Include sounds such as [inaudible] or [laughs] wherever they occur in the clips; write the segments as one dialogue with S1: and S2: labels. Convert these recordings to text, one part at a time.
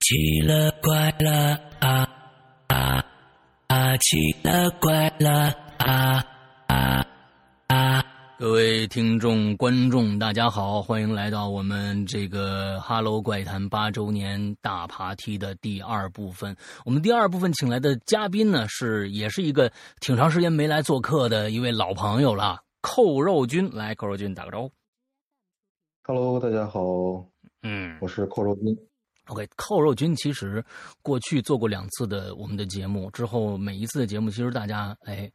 S1: 奇了怪了啊啊啊！奇了怪了啊啊啊！
S2: 各位听众、观众，大家好，欢迎来到我们这个《哈喽怪谈》八周年大爬梯的第二部分。我们第二部分请来的嘉宾呢，是也是一个挺长时间没来做客的一位老朋友了，扣肉君。来，扣肉君打个招呼。
S3: Hello，大家好，
S2: 嗯
S3: 我是寇若斌。
S2: OK，扣肉君其实过去做过两次的我们的节目，之后每一次的节目，其实大家哎，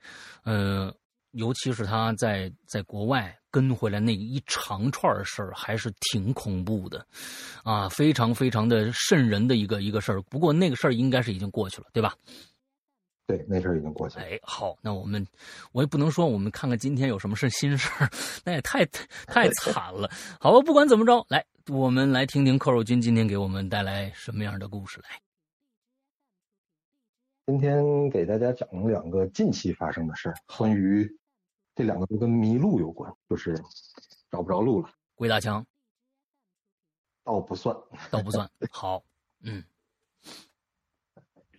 S2: 呃，尤其是他在在国外跟回来那一长串事儿，还是挺恐怖的，啊，非常非常的瘆人的一个一个事儿。不过那个事儿应该是已经过去了，对吧？
S3: 对，那事儿已经过去了。
S2: 哎，好，那我们我也不能说我们看看今天有什么是新事儿，那也太太惨了。好吧，不管怎么着，来，我们来听听寇肉君今天给我们带来什么样的故事来。
S3: 今天给大家讲两个近期发生的事儿，关于这两个都跟迷路有关，就是找不着路了，
S2: 鬼打墙
S3: 倒不算。
S2: 倒不算好，嗯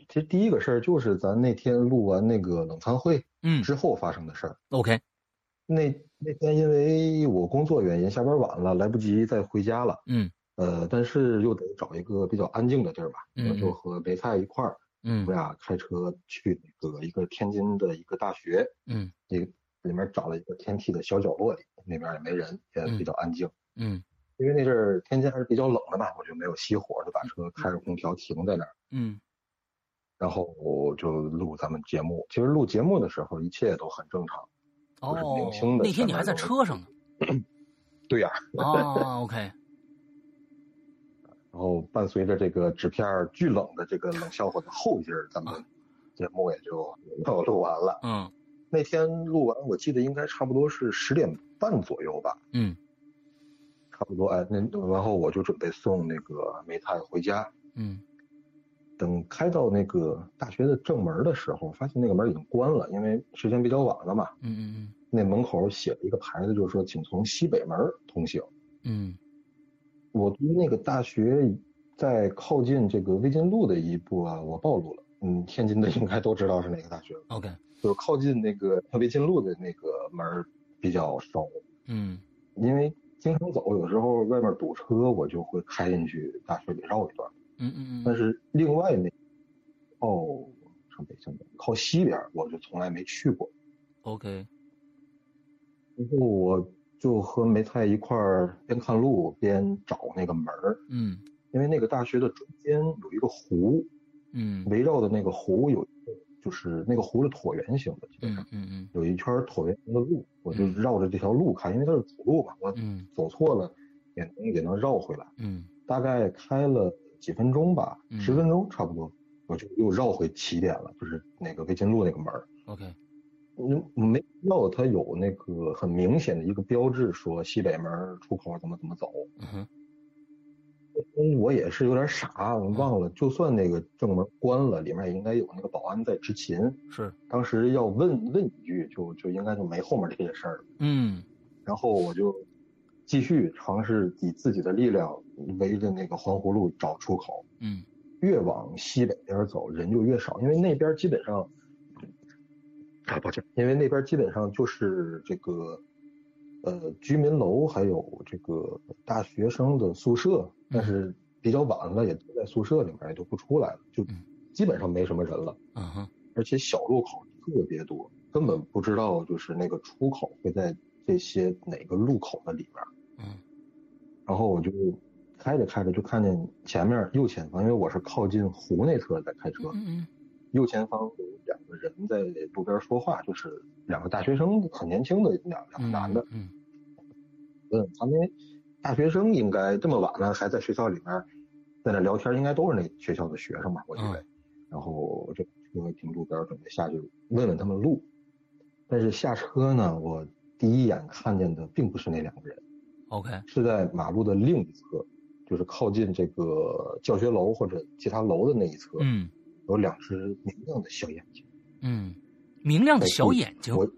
S3: 其实第一个事儿就是咱那天录完那个冷餐会
S2: 嗯
S3: 之后发生的事儿。
S2: ，OK，
S3: 那那天因为我工作原因下班晚了，来不及再回家了。
S2: 嗯
S3: 呃，但是又得找一个比较安静的地儿吧。
S2: 嗯
S3: 我就和梅菜一块儿，
S2: 嗯
S3: 我俩开车去那个一个天津的一个大学。
S2: 嗯
S3: 一个里面找了一个天梯的小角落里，那边也没人，也比较安静。
S2: 嗯
S3: 因为那阵儿天气还是比较冷的嘛，我就没有熄火，就把车开着空调停在那儿，
S2: 嗯
S3: 然后我就录咱们节目。其实录节目的时候一切都很正常。
S2: 哦
S3: 不是明星，的
S2: 那天你还在
S3: 全班都
S2: 车上呢
S3: 对呀、
S2: 啊，OK，
S3: 然后伴随着这个纸片儿巨冷的这个冷笑话的后劲儿，咱们节目也就就录完了。
S2: 嗯
S3: 那天录完，我记得应该差不多是十点半左右吧，
S2: 嗯
S3: 差不多。哎，那然后我就准备送那个梅菜回家。
S2: 嗯
S3: 等开到那个大学的正门的时候，发现那个门已经关了，因为时间比较晚了嘛。
S2: 嗯嗯
S3: 那门口写了一个牌子，就是说请从西北门通行。
S2: 嗯
S3: 我离那个大学在靠近这个魏津路的一步啊，我暴露了。嗯，天津的应该都知道是哪个大学了，
S2: ，OK，
S3: 就是靠近那个魏津路的那个门儿比较熟，
S2: 嗯
S3: 因为经常走，有时候外面堵车，我就会开进去大学里绕一段。
S2: 嗯嗯
S3: 但
S2: 嗯
S3: 是另外那靠上北京的靠西边儿，我就从来没去过。
S2: ，OK，
S3: 然后我就和梅菜一块儿边看路边找那个门儿，
S2: 嗯
S3: 因为那个大学的中间有一个湖，
S2: 嗯
S3: 围绕的那个湖有一个就是那个湖是椭圆形的，基本上
S2: 嗯嗯
S3: 有一圈儿椭圆形的路，我就
S2: 嗯
S3: 绕着这条路看，因为它是主路嘛，我
S2: 嗯
S3: 走错了也能也能绕回来。
S2: 嗯
S3: 大概开了几分钟吧，
S2: 嗯
S3: 十分钟差不多，我就又绕回起点了，就是那个魏津路那个门儿。
S2: ，OK，
S3: 嗯，没到它有那个很明显的一个标志，说西北门儿出口怎么怎么走。
S2: 嗯哼
S3: 嗯我也是有点傻，啊我忘了，就算那个正门关了，里面也应该有那个保安在执勤。
S2: 是，
S3: 当时要问问一句，就就应该就没后面这些事儿了。
S2: 嗯
S3: 然后我就继续尝试以自己的力量围着那个环湖路找出口。
S2: 嗯
S3: 越往西北边走人就越少，因为那边基本上，啊，抱歉，因为那边基本上就是这个，呃，居民楼还有这个大学生的宿舍，但是比较晚了，也都在宿舍里面，也就不出来了，就
S2: 嗯
S3: 基本上没什么人了，
S2: 嗯哼
S3: 而且小路口特别多，根本不知道就是那个出口会在这些哪个路口的里面。
S2: 嗯
S3: 然后我就开着开着就看见前面右前方，因为我是靠近湖那侧在开车，
S2: 嗯
S3: 右前方有两个人在路边说话，就是两个大学生，很年轻的两两个
S2: 嗯
S3: 男的。
S2: 嗯
S3: 嗯，他们大学生应该这么晚了还在学校里面在那聊天，应该都是那学校的学生吧，我以为。然后我就车停路边，准备下去问问他们路。但是下车呢，我第一眼看见的并不是那两个人。
S2: ，OK，
S3: 是在马路的另一侧，就是靠近这个教学楼或者其他楼的那一侧，
S2: 嗯。
S3: 有两只明亮的小眼睛。
S2: 嗯，明亮的小眼睛。
S3: 哎我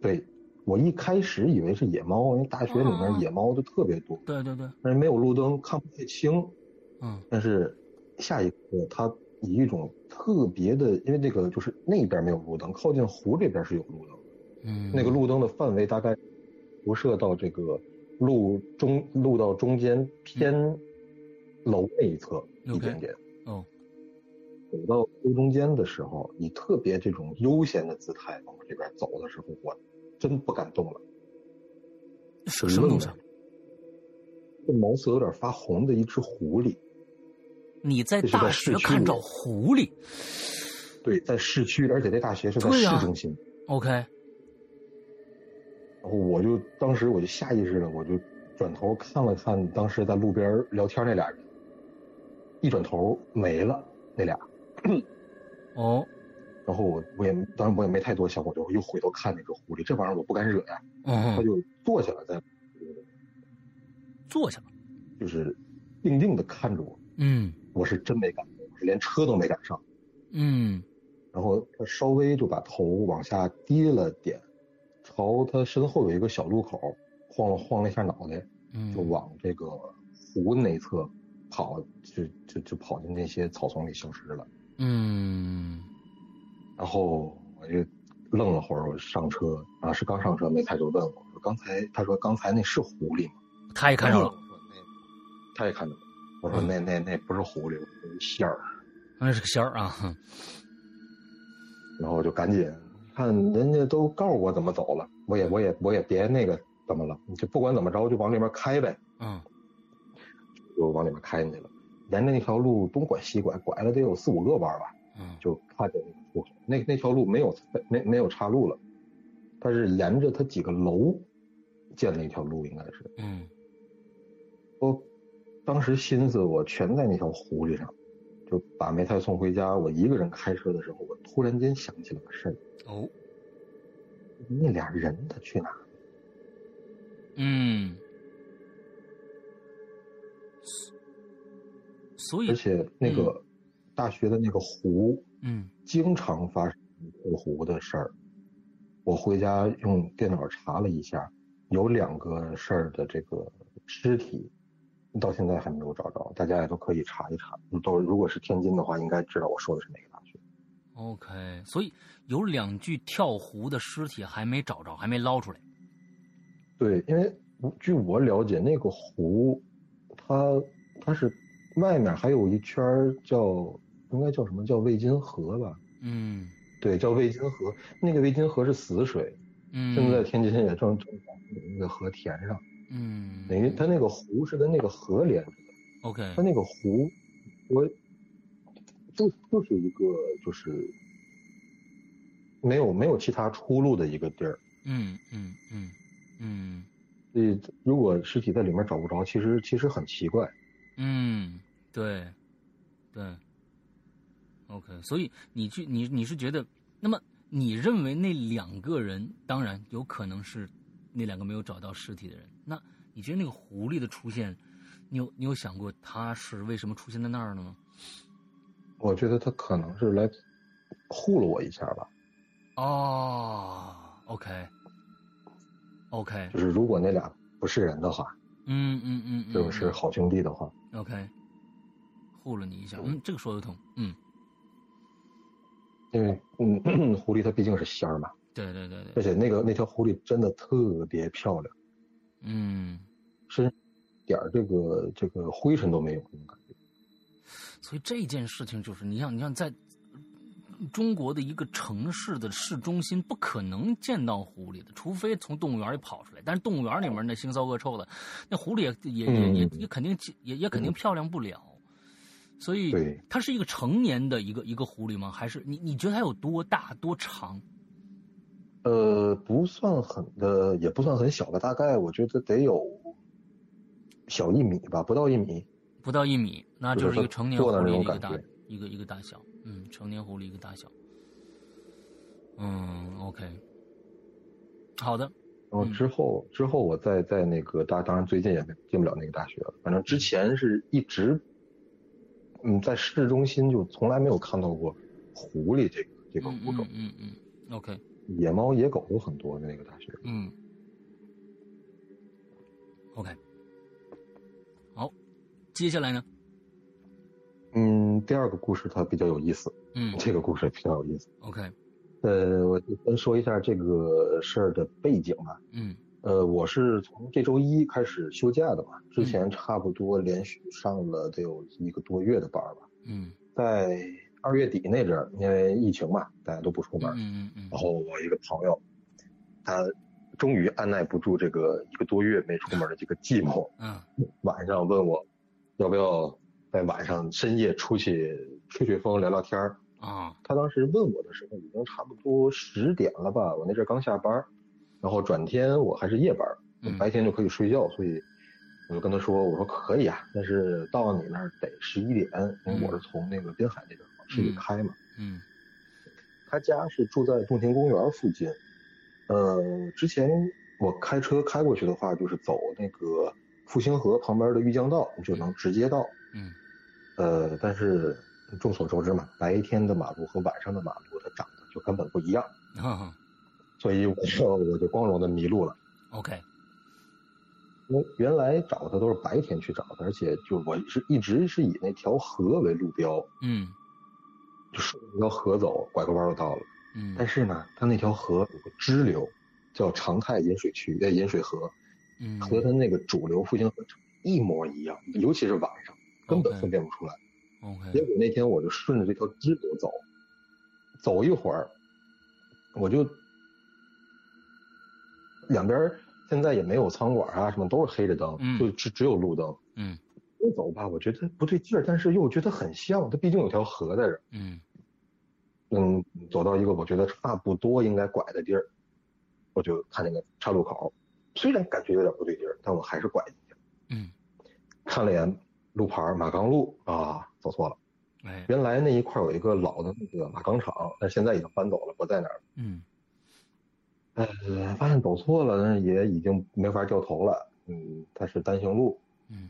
S3: 对我一开始以为是野猫，因为大学里面野猫就特别多，
S2: 对对对，
S3: 但是没有路灯看不太清。
S2: 嗯
S3: 但是下一个他以一种特别的，因为那个就是那边没有路灯，靠近湖这边是有路灯，
S2: 嗯，
S3: 那个路灯的范围大概辐射到这个路中路道中间偏楼那一侧一点点。
S2: 哦，
S3: 走到路中间的时候，以特别这种悠闲的姿态往这边走的时候，我真不敢动了。
S2: 什什么东西啊？
S3: 这毛色有点发红的一只狐狸，
S2: 你在
S3: 这是在
S2: 大
S3: 市
S2: 学
S3: 区
S2: 看
S3: 里
S2: 着狐狸
S3: 对，在市区，而且这大学是在
S2: 对
S3: 市
S2: 呀
S3: 中心。
S2: ？OK，
S3: 然后我就当时我就下意识的我就转头看了看当时在路边聊天那俩人，一转头没了那俩，
S2: 哦，
S3: 然后我我也当然我也没太多想，我就又回头看那个狐狸，这玩意儿我不敢惹呀，他
S2: 嗯，
S3: 就坐下来在
S2: 坐下吧。
S3: 就是定定的看着我，
S2: 嗯
S3: 我是真没敢动，我是连车都没敢上，
S2: 嗯
S3: 然后他稍微就把头往下低了点，朝他身后有一个小路口晃了晃了一下脑袋，
S2: 嗯，
S3: 就往这个湖那侧跑，就就就跑进那些草丛里消失了。
S2: 嗯
S3: 然后我就愣了会儿，我上车啊，是刚上车，没抬头问我，说刚才他说刚才那是狐狸吗？
S2: 他也看着
S3: 我
S2: 了，
S3: 说那，他也看着了。我说那那那不是狐狸，我是仙儿。
S2: 那是个仙儿啊。哼
S3: 然后我就赶紧看人家都告诉我怎么走了，我也我也我也别那个怎么了，就不管怎么着就往里面开呗。
S2: 嗯
S3: 就往里面开进去了，沿着那条路东拐西拐，拐了得有四五个弯儿吧。
S2: 嗯
S3: 就看见那个出口，那那条路没有没没有岔路了，它是沿着它几个楼建了一条路，应该是。
S2: 嗯
S3: 我当时心思我全在那条狐狸上，就把梅菜送回家。我一个人开车的时候，我突然间想起了个事儿：
S2: 哦
S3: 那俩人他去哪儿？
S2: 嗯，所以
S3: 而且那个大学的那个湖，
S2: 嗯
S3: 经常发生过湖的事儿。我回家用电脑查了一下，有两个事儿的这个尸体，到现在还没有找着，大家也都可以查一查。都如果是天津的话，应该知道我说的是哪个大学。
S2: OK，所以有两具跳湖的尸体还没找着，还没捞出来。
S3: 对，因为据我了解，那个湖，它它是外面还有一圈儿叫应该叫什么叫魏津河吧？
S2: 嗯
S3: 对，叫魏津河。那个魏津河是死水，
S2: 嗯，
S3: 现在天津也正正在那个河填上。
S2: 嗯，
S3: 等于它那个湖是跟那个河连着的，
S2: OK
S3: 它那个湖，我就就是一个就是没有没有其他出路的一个地儿，
S2: 嗯嗯嗯嗯
S3: 所以如果尸体在里面找不着，其实其实很奇怪。
S2: 嗯，对对，OK，所以你去你你是觉得，那么你认为那两个人，当然有可能是那两个没有找到尸体的人，那你觉得那个狐狸的出现，你有你有想过他是为什么出现在那儿呢吗？
S3: 我觉得他可能是来糊弄我一下吧，
S2: 哦，OK OK，
S3: 就是如果那俩不是人的话，
S2: 嗯嗯嗯，嗯
S3: 就是好兄弟的话，
S2: OK，糊了你一下，嗯，这个说得通，嗯，
S3: 因为嗯， [clears throat] 狐狸它毕竟是仙儿嘛，
S2: 对对对
S3: 而
S2: 对，
S3: 且那个那条狐狸真的特别漂亮，
S2: 嗯，
S3: 身上一点儿这个这个灰尘都没有那种感觉。
S2: 所以这件事情就是，你像你像在中国的一个城市的市中心，不可能见到狐狸的，除非从动物园里跑出来。但是动物园里面那腥骚恶臭的，那狐狸也也也也
S3: 嗯
S2: 也肯定也也肯定漂亮不了。所以
S3: 对，
S2: 它是一个成年的一个一个狐狸吗？还是你你觉得它有多大多长？
S3: 呃，不算很的，也不算很小吧，大概我觉得得有小一米吧，不到一米。
S2: 不到一米，那就是一个成年狐
S3: 坐的那
S2: 狸
S3: 种
S2: 一个
S3: 感
S2: 大
S3: 觉
S2: 一个一个大小，嗯，成年狐狸一个大小，嗯，OK，好的，
S3: 然
S2: 嗯
S3: 后之后之后我再在那个大，当然最近也没进不了那个大学了。反正之前是一直，嗯，在市中心就从来没有看到过狐狸这个这个
S2: 嗯
S3: 物种
S2: 嗯，嗯嗯，OK，
S3: 野猫野狗有很多的那个大学。
S2: 嗯，OK，好，接下来呢？
S3: 嗯，第二个故事它比较有意思，
S2: 嗯
S3: 这个故事比较有意思。
S2: ，OK，
S3: 呃，我就先说一下这个事儿的背景吧。
S2: 嗯
S3: 呃，我是从这周一开始休假的嘛，之前差不多连续上了得有一个多月的班儿吧。
S2: 嗯
S3: 在二月底那阵儿，因为疫情嘛，大家都不出门儿，
S2: 嗯嗯嗯
S3: 然后我一个朋友，他终于按耐不住这个一个多月没出门的这个寂寞，
S2: 嗯
S3: 晚上问我要不要在晚上深夜出去吹吹风、聊聊天儿。
S2: 啊
S3: 他当时问我的时候已经差不多十点了吧，我那阵儿刚下班儿，然后转天我还是夜班儿，我
S2: 嗯
S3: 白天就可以睡觉，所以我就跟他说，我说可以啊，但是到你那儿得十一点，因为我是从那个滨海那边往市里开嘛。
S2: 嗯
S3: 他家是住在洞庭公园附近，呃，之前我开车开过去的话，就是走那个复兴河旁边的豫江道，你就能直接到。
S2: 嗯
S3: 呃，但是众所周知嘛，白天的马路和晚上的马路它长得就根本不一样，
S2: 哈哈
S3: 所以我就 [laughs] 我就光荣的迷路了。
S2: ，OK，
S3: 我原来找他都是白天去找的，而且就我是一直是以那条河为路标，
S2: 嗯
S3: 就顺着那条河走，拐个弯就到了。
S2: 嗯，
S3: 但是呢，它那条河有个支流，叫长泰引水渠，呃，引水河，
S2: 嗯
S3: 和它那个主流复兴河一模一样，尤其是晚上，根本分辨不出来。结
S2: OK，
S3: 果那天我就顺着这条支流走，走一会儿，我就两边儿现在也没有餐馆啊，什么都是黑着灯，
S2: 嗯
S3: 就只只有路灯。
S2: 嗯
S3: 越走吧，我觉得不对劲儿，但是又觉得很像，它毕竟有条河在这儿。
S2: 嗯
S3: 嗯，走到一个我觉得差不多应该拐的地儿，我就看那个岔路口，虽然感觉有点不对劲儿，但我还是拐进去了。
S2: 嗯，
S3: 看了眼路牌儿，马岗路啊，走错了。
S2: 哎，
S3: 原来那一块儿有一个老的那个马钢厂，但现在已经搬走了，不在那儿了。
S2: 嗯
S3: 呃，发现走错了，但是也已经没法掉头了。嗯，它是单行路。
S2: 嗯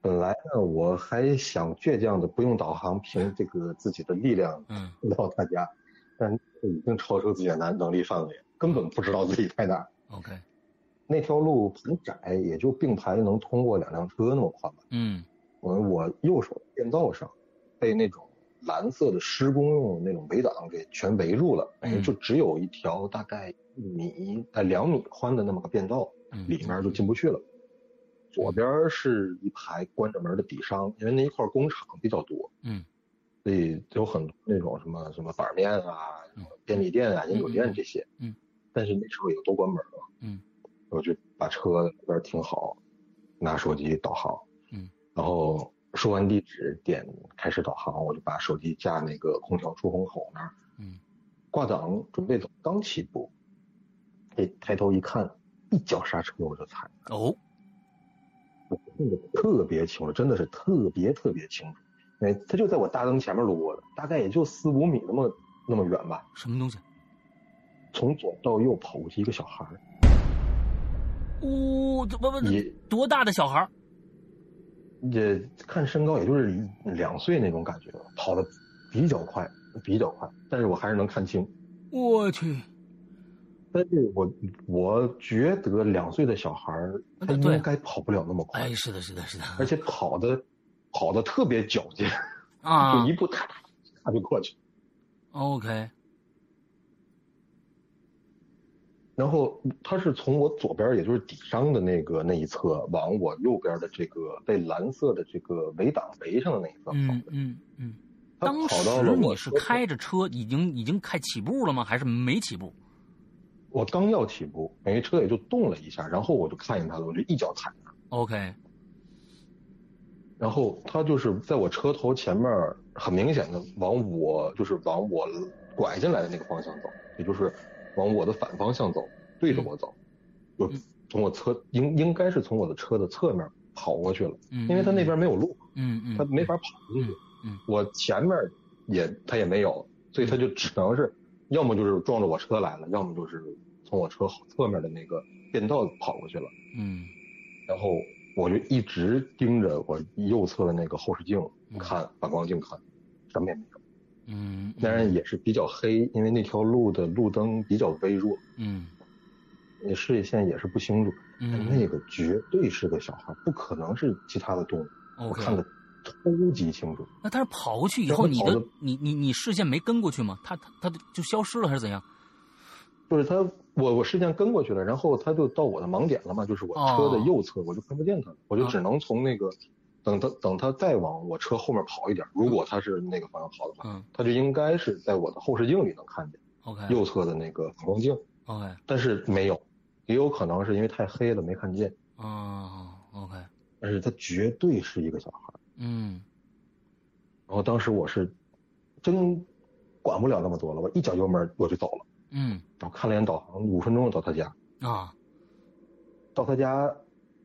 S3: 本来呢，我还想倔强的不用导航，凭这个自己的力量
S2: 嗯
S3: 到他家，但已经超出自己的能能力范围，根本不知道自己在哪儿。
S2: ，OK，
S3: 那条路很窄，也就并排能通过两辆车那么宽吧。
S2: 嗯
S3: 我我右手变道上被那种蓝色的施工用那种围挡给全围住了，
S2: 嗯
S3: 哎就只有一条大概一米呃两米宽的那么个变道，
S2: 嗯，
S3: 里面就进不去了。左边是一排关着门的底商，因为那一块工厂比较多，
S2: 嗯
S3: 所以有很多那种什么什么板面啊、
S2: 嗯
S3: 便利店啊、饮酒
S2: 嗯嗯
S3: 店
S2: 嗯
S3: 这些。
S2: 嗯
S3: 但是那时候也都关门了。
S2: 嗯。
S3: 我就把车那边停好，拿手机导航。
S2: 嗯。
S3: 然后输完地址，点开始导航，我就把手机架那个空调出风口那儿，
S2: 嗯
S3: 挂档准备走，刚起步，哎，抬头一看，一脚刹车我就踩了，
S2: 哦，
S3: 那个特别清楚，真的是特别特别清楚。哎，它就在我大灯前面路过的，大概也就四五米那么那么远吧。
S2: 什么东西？
S3: 从左到右跑过去一个小孩儿，
S2: 呜，这不不，
S3: 也
S2: 多大的小孩儿？
S3: 也看身高也就是两岁那种感觉，跑得比较快，比较快，但是我还是能看清。
S2: 我去，
S3: 但是我我觉得两岁的小孩儿他
S2: 嗯对
S3: 应该跑不了那么快，
S2: 哎，是的，是的，是的，
S3: 而且跑的跑的特别矫健，
S2: 啊
S3: 就一步踏踏就过去。啊
S2: ，OK，嗯
S3: 然后他是从我左边，也就是底商的那个那一侧，往我右边的这个被蓝色的这个围挡围上的那一侧跑
S2: 嗯
S3: 的。
S2: 嗯嗯，
S3: 他
S2: 当
S3: 跑到了
S2: 时
S3: 我
S2: 你是开着车，已经已经开起步了吗？还是没起步？
S3: 我刚要起步，等于车也就动了一下，然后我就看见他了，我就一脚踩他，
S2: OK，
S3: 然后他就是在我车头前面，很明显的往我就是往我拐进来的那个方向走，也就是往我的反方向走，对着我
S2: 嗯
S3: 走，就从我侧应应该是从我的车的侧面跑过去了，
S2: 嗯，
S3: 因为他那边没有路，
S2: 嗯，嗯嗯，
S3: 他没法跑进去，
S2: 嗯嗯
S3: 我前面也他也没有，所以他就只能是要么就是撞着我车来了，要么就是从我车后侧面的那个变道跑过去了。
S2: 嗯，
S3: 然后我就一直盯着我右侧的那个后视镜
S2: 嗯
S3: 看，反光镜看，什么也没
S2: 嗯
S3: 有。
S2: 嗯，
S3: 当然也是比较黑，因为那条路的路灯比较微弱，
S2: 嗯
S3: 那视线也是不清楚。
S2: 嗯，
S3: 那个绝对是个小孩，不可能是其他的动物。我
S2: OK，
S3: 看的超级清楚。
S2: 那他是跑过去以后，
S3: 那他
S2: 你
S3: 跑
S2: 的
S3: 得
S2: 你你你视线没跟过去吗？他他他就消失了还是怎样？
S3: 就是他，我我视线跟过去了，然后他就到我的盲点了嘛，就是我车的右侧，我就看不见他了，我就只能从那个，等他等他再往我车后面跑一点，如果他是那个方向跑的话，
S2: 嗯
S3: 他就应该是在我的后视镜里能看见
S2: ，OK
S3: 右侧的那个反光镜，
S2: OK，
S3: 但是没有，也有可能是因为太黑了没看见，
S2: 嗯 OK，
S3: 但是他绝对是一个小孩。
S2: 嗯
S3: 然后当时我是真管不了那么多了，我一脚油门我就走了，
S2: 嗯
S3: 然后看了一眼导航，五分钟就到他家。
S2: 啊
S3: 到他家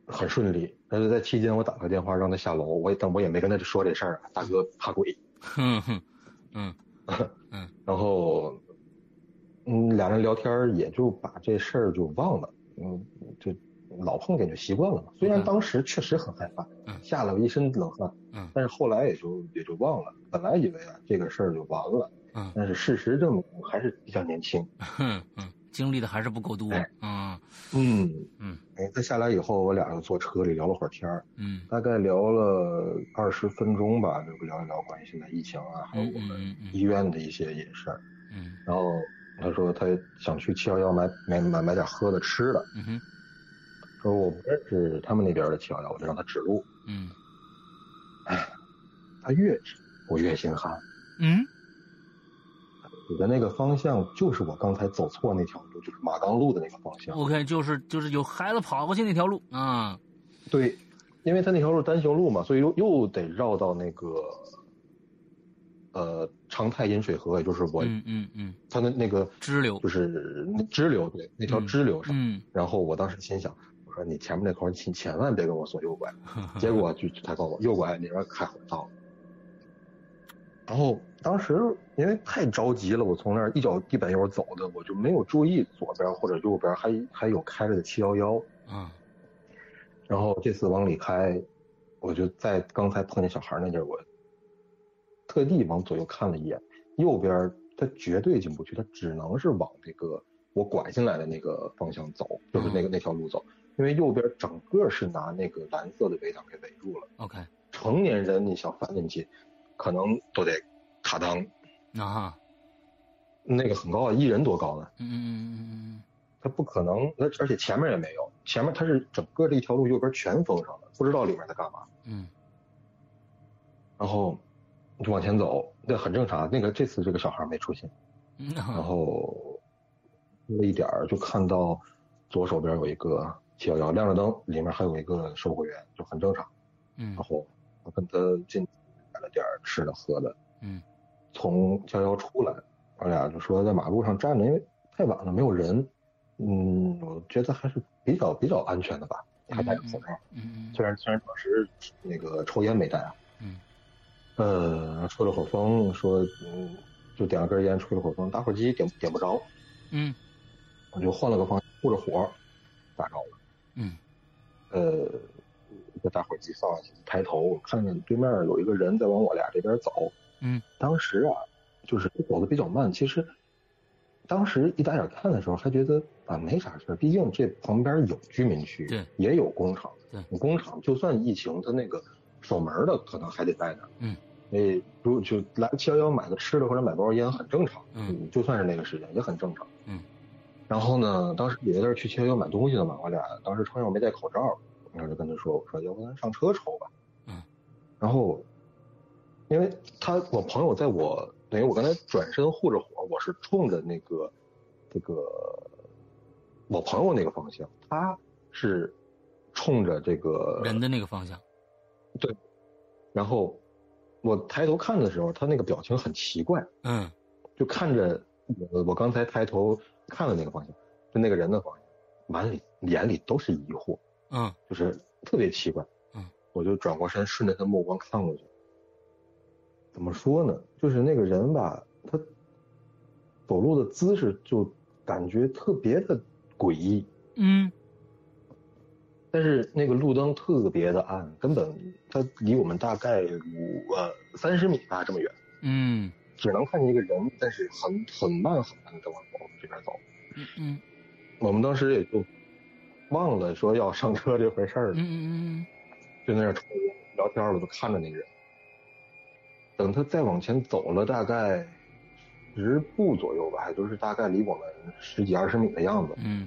S3: 很顺利，但是在期间我打个电话让他下楼，我也但我也没跟他说这事儿啊，大哥怕鬼。
S2: 哼哼嗯
S3: 然后，嗯，俩人聊天儿也就把这事儿就忘了，嗯，就老碰见就习惯了嘛。虽然
S2: 嗯
S3: 当时确实很害怕，
S2: 嗯
S3: 吓了我一身冷汗，
S2: 嗯
S3: 但是后来也就也就忘了。本来以为啊这个事儿就完了，
S2: 嗯
S3: 但是事实证明我还是比较年轻。
S2: 哼嗯，经历的还是不
S3: [laughs]
S2: 够多，嗯
S3: 嗯
S2: 嗯，
S3: 哎，他下来以后，我俩就坐车里聊了会儿天儿，
S2: 嗯
S3: 大概聊了二十分钟吧，就聊一聊关于现在疫情啊，还有我们
S2: 嗯嗯嗯
S3: 医院的一些野事儿。
S2: 嗯
S3: 然后他说他想去七幺幺买买买买点喝的吃的，
S2: 嗯哼
S3: 说我不认识他们那边的七幺幺，我就让他指路。
S2: 嗯
S3: 他越指我越心寒，
S2: 嗯
S3: 指的那个方向就是我刚才走错那条路，就是马岗路的那个方向。
S2: ，OK，就是就是有孩子跑过去那条路啊，
S3: 对，因为他那条路单行路嘛，所以又又得绕到那个呃长泰引水河，也就是我、
S2: 嗯嗯嗯，
S3: 他的那个
S2: 支流
S3: 就，是那支流，对，那条支流上。
S2: 嗯，
S3: 然后我当时心想，我说你前面那口，你千万别跟我左右拐。结果就他告诉我右拐，那边开红道了。然后当时因为太着急了，我从那儿一脚地板油走的，我就没有注意左边或者右边还还有开着的七幺幺。
S2: 啊
S3: 然后这次往里开，我就在刚才碰见小孩那地儿，我特地往左右看了一眼，右边儿他绝对进不去，他只能是往这个我拐进来的那个方向走，就是那个那条路走，因为右边整个是拿那个蓝色的围挡给围住了。
S2: ，OK，啊
S3: 成年人你想翻进去，可能都得卡裆，
S2: 啊哈，
S3: 那个很高啊，一人多高呢？
S2: 嗯嗯嗯
S3: 他不可能，而而且前面也没有，前面他是整个这一条路右边全封上了，不知道里面在干嘛。
S2: 嗯
S3: 然后就往前走，那很正常。那个这次这个小孩没出现，
S2: 嗯，
S3: 然后那一点儿就看到左手边有一个七幺幺亮着灯，里面还有一个售货员，就很正常。
S2: 嗯
S3: 然后我跟他进去买了点儿吃的喝的，
S2: 嗯
S3: 从七幺幺出来，我俩就说在马路上站着，因为太晚了没有人。嗯，我觉得还是比较比较安全的吧，还戴着口罩。
S2: 嗯
S3: 虽然虽然当时那个抽烟没带啊，
S2: 嗯
S3: 呃，吹了会儿风，说嗯，就点了根烟，吹了会儿风，打火机点点不着，
S2: 嗯
S3: 我就换了个方向，护着火，打着了。
S2: 嗯
S3: 呃，把打火机放下去，抬头我看见对面有一个人在往我俩这边走。
S2: 嗯，
S3: 当时啊，就是走的比较慢，其实当时一打眼看的时候还觉得啊没啥事儿，毕竟这旁边有居民区，
S2: 对，
S3: 也有工厂，
S2: 对
S3: 你工厂就算疫情，它那个守门的可能还得在那儿，
S2: 嗯，
S3: 那如就来七幺幺买个吃的或者买包烟很正常，
S2: 嗯，
S3: 就算是那个时间也很正常，
S2: 嗯。
S3: 然后呢，当时也在那儿去七幺幺买东西了嘛，我俩当时车上我没戴口罩，然后就跟他说，我说要不咱上车抽吧，
S2: 嗯，
S3: 然后因为他我朋友在我等于我刚才转身护着火，我是冲着那个这个我朋友那个方向，他是冲着这个
S2: 人的那个方向，
S3: 然后我抬头看的时候，他那个表情很奇怪，
S2: 嗯
S3: 就看着我我刚才抬头看了那个方向，就那个人的方向，满里眼里都是疑惑，
S2: 嗯
S3: 就是特别奇怪。
S2: 嗯，
S3: 我就转过身，顺着他目光看过去。怎么说呢？就是那个人吧，他走路的姿势就感觉特别的诡异，
S2: 嗯
S3: 但是那个路灯特别的暗，根本他离我们大概五呃三十米吧这么远，
S2: 嗯
S3: 只能看见一个人，但是很很慢很慢的往我们这边走。
S2: 嗯
S3: 我们当时也就忘了说要上车这回事儿了，
S2: 嗯嗯
S3: 就在那儿抽烟聊天儿，我就看着那个人，等他再往前走了大概十步左右吧，也就是大概离我们十几二十米的样子。
S2: 嗯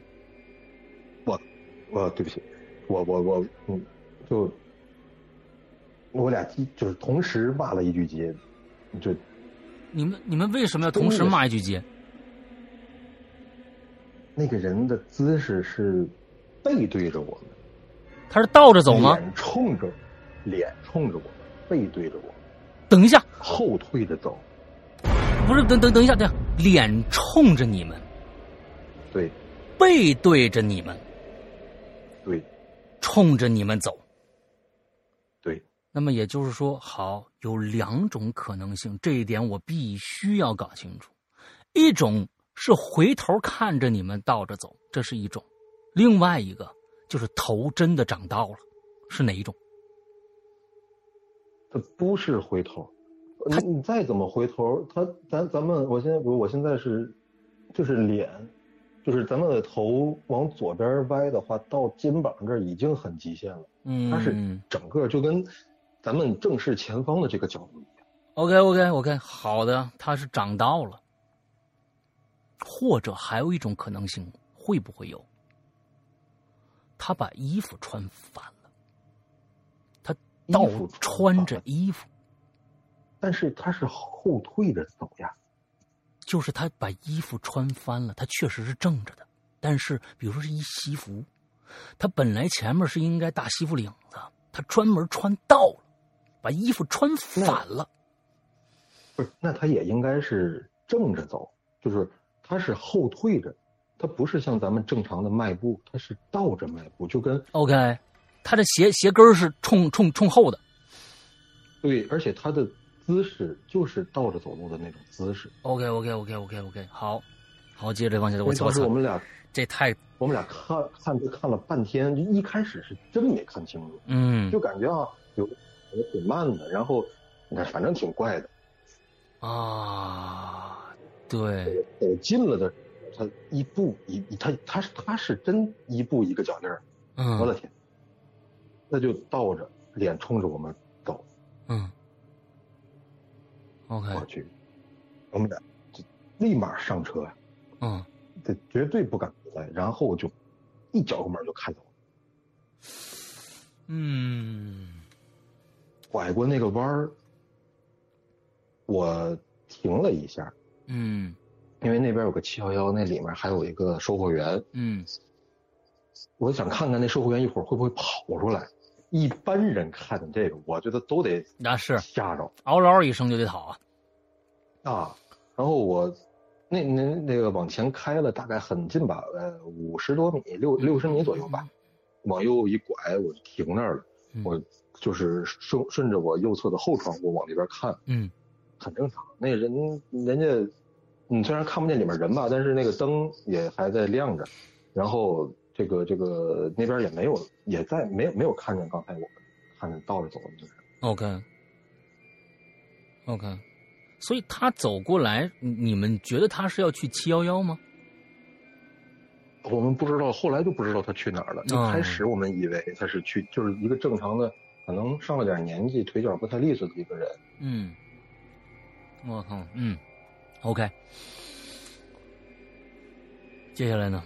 S3: 我对不起，我我我，嗯，就我俩一就是同时骂了一句街，就
S2: 你们你们为什么要同时骂一句街？
S3: 那个人的姿势是背对着我们，
S2: 他是倒着走吗？
S3: 脸冲着，脸冲着我们，背对着我们，
S2: 等一下，
S3: 后退着走。
S2: 不是，等等等一下，等一下，脸冲着你们，
S3: 对
S2: 背对着你们，
S3: 对
S2: 冲着你们走。
S3: 对，
S2: 那么也就是说，好，有两种可能性，这一点我必须要搞清楚。一种是回头看着你们倒着走，这是一种；另外一个就是头真的长到了，是哪一种？
S3: 他不是回头，你你再怎么回头，他咱咱们我现在我我现在是，就是脸，就是咱们的头往左边歪的话，到肩膀这儿已经很极限了。
S2: 嗯，
S3: 它是整个就跟咱们正视前方的这个角度一样。
S2: OK OK OK，好的，他是长到了，或者还有一种可能性，会不会有？他把衣服穿反了，他倒
S3: 衣服穿
S2: 穿
S3: 反
S2: 着衣服，
S3: 但是他是后退着走呀，
S2: 就是他把衣服穿翻了，他确实是正着的，但是比如说是一西服，他本来前面是应该大西服领子，他专门穿倒了，把衣服穿反了。
S3: 不是？那他也应该是正着走，就是他是后退着，他不是像咱们正常的迈步，他是倒着迈步，就跟
S2: OK，他的鞋鞋跟儿是冲冲冲后的。
S3: 对，而且他的姿势就是倒着走路的那种姿势。
S2: OK OK OK OK OK，好，好，接着这方向，我
S3: 所以
S2: 操
S3: 当时我
S2: 操，
S3: 们俩
S2: 这太
S3: 我们俩看看这看了半天，就一开始是真没看清楚，
S2: 嗯
S3: 就感觉啊有有挺慢的，然后那反正挺怪的。
S2: 啊，对，
S3: 走近了的，他一步一一他他是他是真一步一个脚印儿，我
S2: 嗯
S3: 的天！那就倒着脸冲着我们走
S2: 嗯，OK，
S3: 过去，我们俩就立马上车呀，
S2: 嗯，
S3: 这绝对不敢回来，然后就一脚门就开走了，
S2: 嗯，
S3: 拐过那个弯儿，我停了一下，
S2: 嗯，
S3: 因为那边有个七幺幺，那里面还有一个售货员，
S2: 嗯，
S3: 我想看看那售货员一会儿会不会跑出来。一般人看见这个，我觉得都得
S2: 那是
S3: 吓着
S2: 嗷嗷一声就得跑啊，
S3: 啊。然后我那那那个往前开了大概很近吧，呃，五十多米，六六十米左右吧。往右一拐，我就停那儿了。
S2: 嗯
S3: 我就是顺顺着我右侧的后窗户往里边看，
S2: 嗯
S3: 很正常。那人人家，你虽然看不见里面人吧，但是那个灯也还在亮着，然后这个这个那边也没有，也在没有没有看见刚才我们看见倒着走的那个人。
S2: ，OK OK，所以他走过来，你你们觉得他是要去七幺幺吗？
S3: 我们不知道，后来就不知道他去哪儿了。一
S2: 嗯
S3: 开始我们以为他是去，就是一个正常的，可能上了点年纪、腿脚不太利索的一个人。
S2: 嗯，我靠，嗯，OK。接下来呢？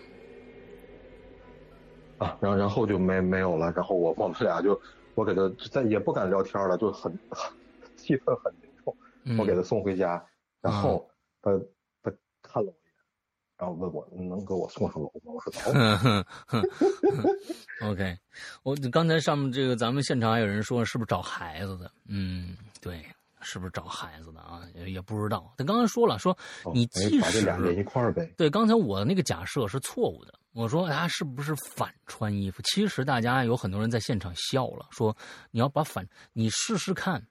S3: 啊，然后然后就没没有了，然后我我们俩就我给他再也不敢聊天了，就很 [laughs] 气氛很凝重，
S2: 嗯。
S3: 我给他送回家，然后他他看了我一眼，然后问我能给我送上楼吗？我说
S2: [laughs]
S3: 走
S2: 哼嗯哼哼哼 OK，我刚才上面这个咱们现场还有人说是不是找孩子的？嗯，对，是不是找孩子的啊？也也不知道。他刚刚说了，说
S3: 哦
S2: 你
S3: 哎
S2: 即
S3: 把这
S2: 使
S3: 俩连一块儿呗，
S2: 对，刚才我那个假设是错误的。我说他是不是反穿衣服？其实大家有很多人在现场笑了，说你要把反，你试试看。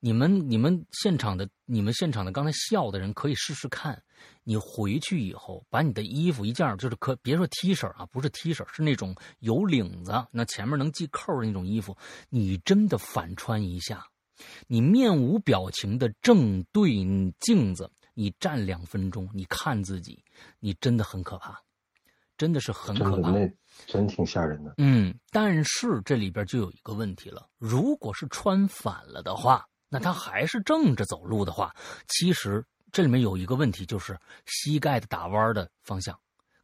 S2: 你们你们现场的你们现场的刚才笑的人可以试试看，你回去以后把你的衣服一件儿就是可别说 T 恤啊，不是 T 恤，是那种有领子，那前面能系扣儿的那种衣服，你真的反穿一下，你面无表情的正对镜子，你站两分钟，你看自己，你真的很可怕，真的是很
S3: 真
S2: 可
S3: 的
S2: 怕。
S3: 那真挺吓人的。
S2: 嗯，但是这里边就有一个问题了，如果是穿反了的话，那他还是正着走路的话，其实这里面有一个问题，就是膝盖的打弯的方向。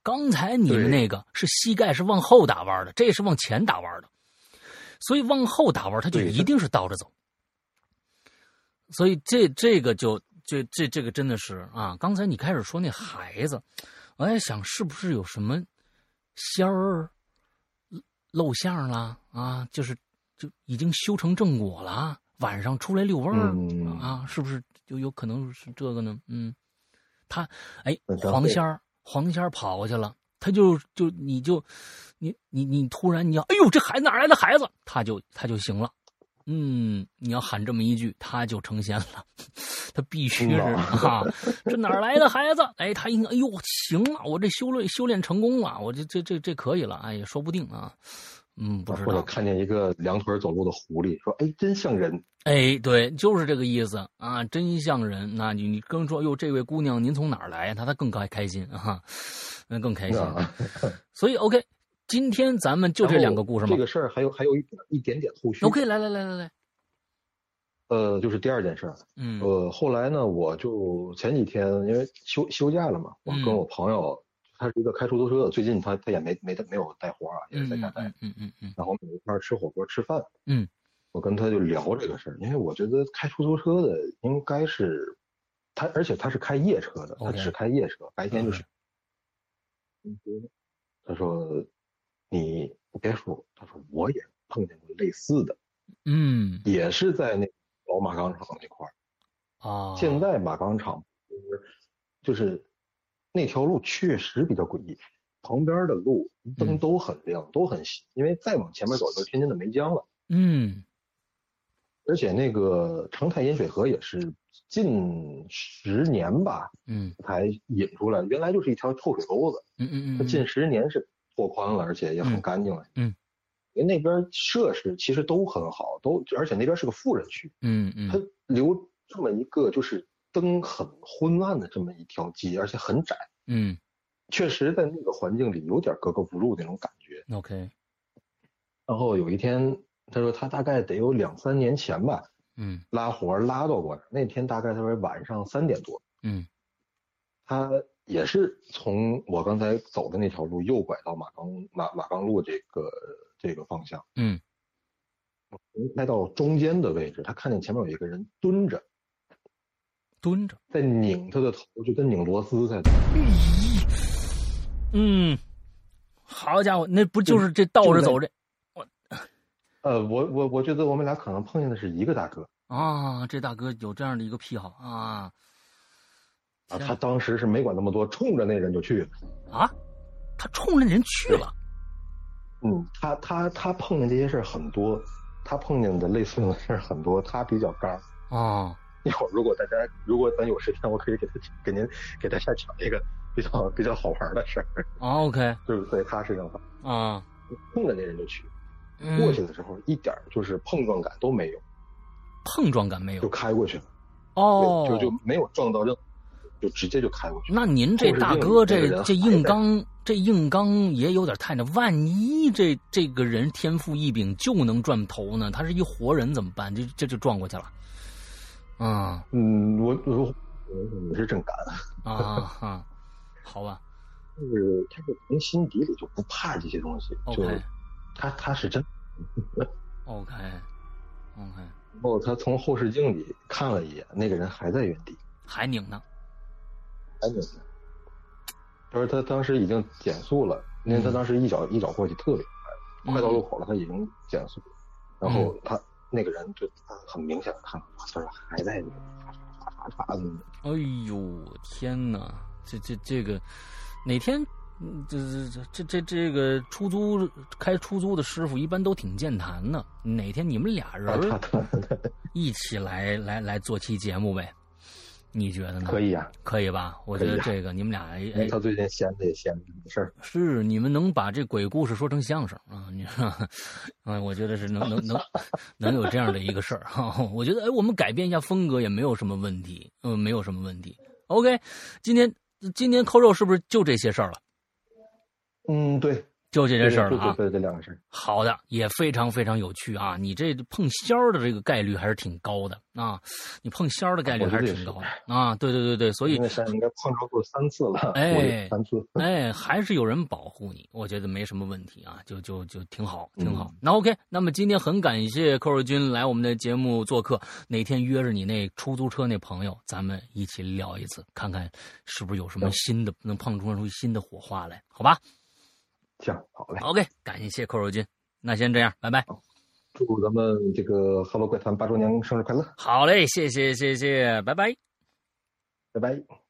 S2: 刚才你们那个是膝盖是往后打弯的，这是往前打弯的，所以往后打弯，他就
S3: 对
S2: 一定是倒着走。所以这这个就这这这个真的是啊，刚才你开始说那孩子，我在哎想是不是有什么仙儿露相了啊，就是就已经修成正果了，晚上出来遛弯儿、
S3: 嗯
S2: 啊，是不是就有可能是这个呢？嗯，他哎，
S3: 嗯张
S2: 黄
S3: 飞
S2: 仙儿黄仙儿跑过去了，他就就你就你你你突然你要哎呦这孩子哪来的孩子，他就他就行了。嗯，你要喊这么一句，他就成仙了。 [laughs] 他必须是
S3: 嗯
S2: 啊，这哪儿来的孩子？ [laughs] 哎，他应该，哎呦，行了，我这修炼修炼成功了，我这这这这可以了，哎，也说不定啊。嗯，不知
S3: 或者
S2: 道。
S3: 看见一个两腿走路的狐狸，说：“哎，真像人。
S2: 哎，对，就是这个意思啊，真像人。那你你更说，哟，这位姑娘您从哪儿来呀？他他更开开心啊，那更开心。
S3: 啊
S2: 所以 OK，今天咱们就这两个故事
S3: 这
S2: 嘛。
S3: 个事儿还有还有一点一点点后续。
S2: OK，来来来来来，
S3: 呃，就是第二件事儿。
S2: 嗯
S3: 呃，后来呢，我就前几天因为休休假了嘛，我
S2: 嗯
S3: 跟我朋友，他是一个开出租车的，最近他他也没没没有带活儿啊，也是
S2: 嗯
S3: 在家
S2: 嗯
S3: 待着。
S2: 嗯嗯嗯嗯
S3: 然后我们一块儿吃火锅吃饭。
S2: 嗯，
S3: 我跟他就聊这个事儿，因为我觉得开出租车的应该是他，而且他是开夜车的，他
S2: OK 嗯
S3: 只开夜车，白天就是。嗯他说：“你别说，他说我也碰见过类似的，
S2: 嗯
S3: 也是在那老马钢厂那块儿。
S2: 啊，
S3: 现在马钢厂就是就是那条路确实比较诡异，旁边的路灯
S2: 嗯
S3: 都很亮，都很细，因为再往前面走就是天津的梅江了。”
S2: 嗯
S3: 而且那个成泰饮水河也是近十年吧
S2: 嗯
S3: 才引出来的，原来就是一条臭水沟子，
S2: 嗯嗯
S3: 它
S2: 嗯，
S3: 近十年是拓宽了，而且也很
S2: 嗯
S3: 干净了。
S2: 嗯，
S3: 因为那边设施其实都很好，都而且那边是个富人区，
S2: 嗯嗯
S3: 它留这么一个就是灯很昏暗的这么一条街，而且很窄，
S2: 嗯
S3: 确实在那个环境里有点格格不入那种感觉。
S2: 嗯，OK，
S3: 然后有一天，他说他大概得有两三年前吧，
S2: 嗯
S3: 拉活儿拉到过来。那天大概他说晚上三点多，
S2: 嗯
S3: 他也是从我刚才走的那条路右拐到马岗马马岗路这个这个方向，
S2: 嗯
S3: 开到中间的位置，他看见前面有一个人蹲着，
S2: 蹲着，
S3: 在拧他的头，就跟拧螺丝似的。
S2: 嗯，好家伙，那不就是这倒着走这
S3: 呃，我我我觉得我们俩可能碰见的是一个大哥
S2: 啊？这大哥有这样的一个癖好啊
S3: 啊，他当时是没管那么多，冲着那人就去了。
S2: 啊！他冲着人去了，
S3: 嗯，他他他碰见这些事儿很多，他碰见的类似的事儿很多，他比较干儿。
S2: 哦，
S3: [laughs] 一会儿如果大家如果咱有时间，我可以给他给您给大家讲一个比较比较好玩的事儿， [laughs]
S2: 啊，OK
S3: 就是在他身上发
S2: 啊，
S3: 碰着那人就去，
S2: 嗯
S3: 过去的时候一点儿就是碰撞感都没有，
S2: 碰撞感没
S3: 就
S2: 有
S3: 开过去了，
S2: 哦，
S3: 对，就就没有撞到任何，就直接就开过去了。
S2: 那您这大哥
S3: 就是
S2: 这
S3: 硬那个人
S2: 这硬
S3: 还在
S2: 刚这硬刚也有点太那，万一这这个人天赋异禀就能转头呢？他是一活人怎么办？这这就撞过去了，啊
S3: 嗯，我我我我是正感，
S2: 啊啊，好吧
S3: 就是他是从心底里就不怕这些东西，就
S2: ，OK
S3: 他他是真，
S2: OK OK，
S3: 然后他从后视镜里看了一眼，那个人还在原地。
S2: 还拧呢，
S3: 赶紧的。他说他当时已经减速了，因为他当时一脚一脚过去特别
S2: 嗯
S3: 快，快到路口了，他已经减速了。然后他那个人就他很明显的看到，他说还在那个叉叉叉叉
S2: 哎呦天哪，这这这个哪天嗯这这这这这个出租开出租的师傅一般都挺健谈的，哪天你们俩人儿
S3: 叉叉，
S2: [laughs] 一起来来来做期节目呗？你觉得呢？
S3: 可以啊。
S2: 可以吧？我觉
S3: 可
S2: 得
S3: 以啊
S2: 这个你们俩哎
S3: 因为他最近闲的也闲着没事儿，
S2: 是你们能把这鬼故事说成相声啊？你说，啊，我觉得是能能能能有这样的一个事儿哈、 [laughs] 我觉得哎，我们改变一下风格也没有什么问题，嗯、没有什么问题。OK，今天今天扣肉是不是就这些事儿了？
S3: 嗯，对，
S2: 就这件事儿了
S3: 对
S2: 啊。
S3: 对对，这两个事儿。
S2: 好的，也非常非常有趣啊！你这碰仙儿的这个概率还是挺高的啊，你碰仙儿的概率还是挺高的啊！对对对对，所以
S3: 因为现在应该碰着过三次了，
S2: 哎
S3: 我也三次。
S2: 哎，还是有人保护你，我觉得没什么问题啊，就就就挺好，挺好。那 OK，那么今天很感谢寇瑞军来我们的节目做客，哪天约着你那出租车那朋友，咱们一起聊一次，看看是不是有什么
S3: 嗯
S2: 新的、能碰撞出新的火花来，好吧
S3: 行，好嘞，
S2: ？OK，感谢寇瑞军，那先这样，拜拜。
S3: 祝咱们这个《哈喽怪谈》八周年生日快乐，
S2: 好嘞，谢谢谢谢，拜拜。
S3: 拜拜。